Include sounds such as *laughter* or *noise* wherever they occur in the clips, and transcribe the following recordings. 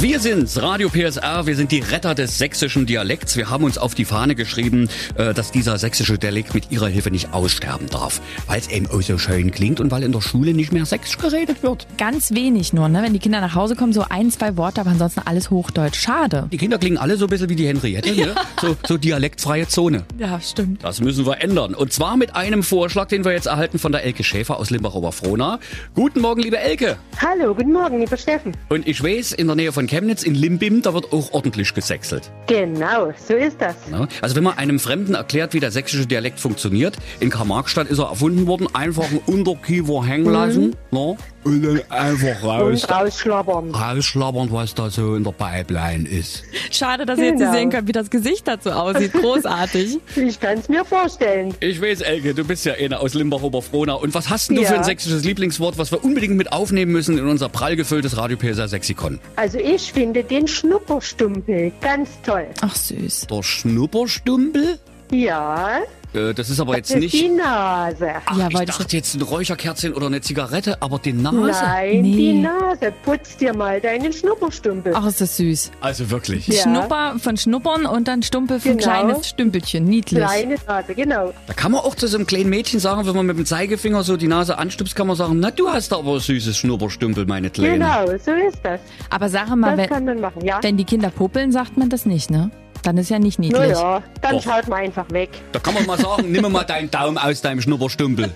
Wir sind's, Radio PSR, wir sind die Retter des sächsischen Dialekts. Wir haben uns auf die Fahne geschrieben, äh, dass dieser sächsische Dialekt mit ihrer Hilfe nicht aussterben darf, weil es eben auch so schön klingt und weil in der Schule nicht mehr sächsisch geredet wird. Ganz wenig nur, ne? Wenn die Kinder nach Hause kommen, so ein, zwei Worte, aber ansonsten alles Hochdeutsch. Schade. Die Kinder klingen alle so ein bisschen wie die Henriette, ne? so, so dialektfreie Zone. Ja, stimmt. Das müssen wir ändern. Und zwar mit einem Vorschlag, den wir jetzt erhalten von der Elke Schäfer aus Limberauer-Frohna. Guten Morgen, liebe Elke. Hallo, guten Morgen, lieber Steffen. Und ich weiß, in der Nähe von Chemnitz, in Limbim, da wird auch ordentlich gesächselt. Genau, so ist das. Ne? Also wenn man einem Fremden erklärt, wie der sächsische Dialekt funktioniert, in Karl-Marx-Stadt ist er erfunden worden, einfach einen Unterkiefer hängen lassen ne? und dann einfach raus, Mhm. Und rausschlabbern. rausschlabbern, was da so in der Pipeline ist. Schade, dass ihr jetzt nicht Genau. sehen könnt, wie das Gesicht dazu aussieht. Großartig. Ich kann es mir vorstellen. Ich weiß, Elke, du bist ja eine aus Limbach-Oberfrohna. Und was hast denn du Ja. für ein sächsisches Lieblingswort, was wir unbedingt mit aufnehmen müssen in unser prall gefülltes Radio PSA Sexikon? Also ich finde den Schnupperstumpel ganz toll. *laughs* Ach, süß. Der Schnupperstumpel? Ja, Äh, das ist aber jetzt das ist die nicht... Nase. Ach, Ja, ich wollte ich- dachte jetzt ein Räucherkerzchen oder eine Zigarette, aber die Nase. Nein, Nee. die Nase. Putz dir mal deinen Schnupperstumpel. Ach, ist das süß. Also wirklich. Ja. Schnupper von Schnuppern und dann Stumpel von Genau. kleines Stümpelchen. Niedlich. Kleine Nase, genau. Da kann man auch zu so einem kleinen Mädchen sagen, wenn man mit dem Zeigefinger so die Nase anstupst, kann man sagen, na du hast aber ein süßes Schnupperstümpel, meine Kleine. Genau, so ist das. Aber sag mal, Das wenn, kann man machen, ja. wenn die Kinder popeln, sagt man das nicht, ne? Dann ist ja nicht niedlich. Naja, dann Doch. schaut man einfach weg. Da kann man mal sagen, nimm mir mal deinen Daumen aus deinem Schnupperstümpel.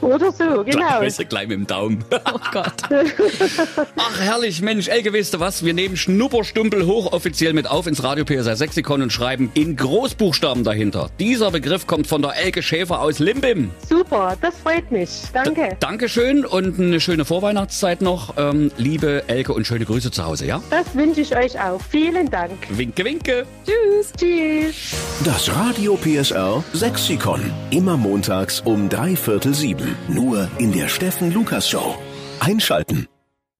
Oder so, genau. Besser gleich mit dem Daumen. Oh Gott. *laughs* Ach herrlich, Mensch, Elke, weißt du was? Wir nehmen Schnupperstümpel hochoffiziell mit auf ins Radio PSR Sexikon und schreiben in Großbuchstaben dahinter. Dieser Begriff kommt von der Elke Schäfer aus Limbim. Super, das freut mich. Danke. Dankeschön und eine schöne Vorweihnachtszeit noch. Ähm, liebe Elke und schöne Grüße zu Hause, ja? Das wünsche ich euch auch. Vielen Dank. Winke, winke. Tschüss. Tschüss. Das Radio PSR Sexikon. Immer montags um drei Viertel sieben. Nur in der Steffen Lukas Show. Einschalten.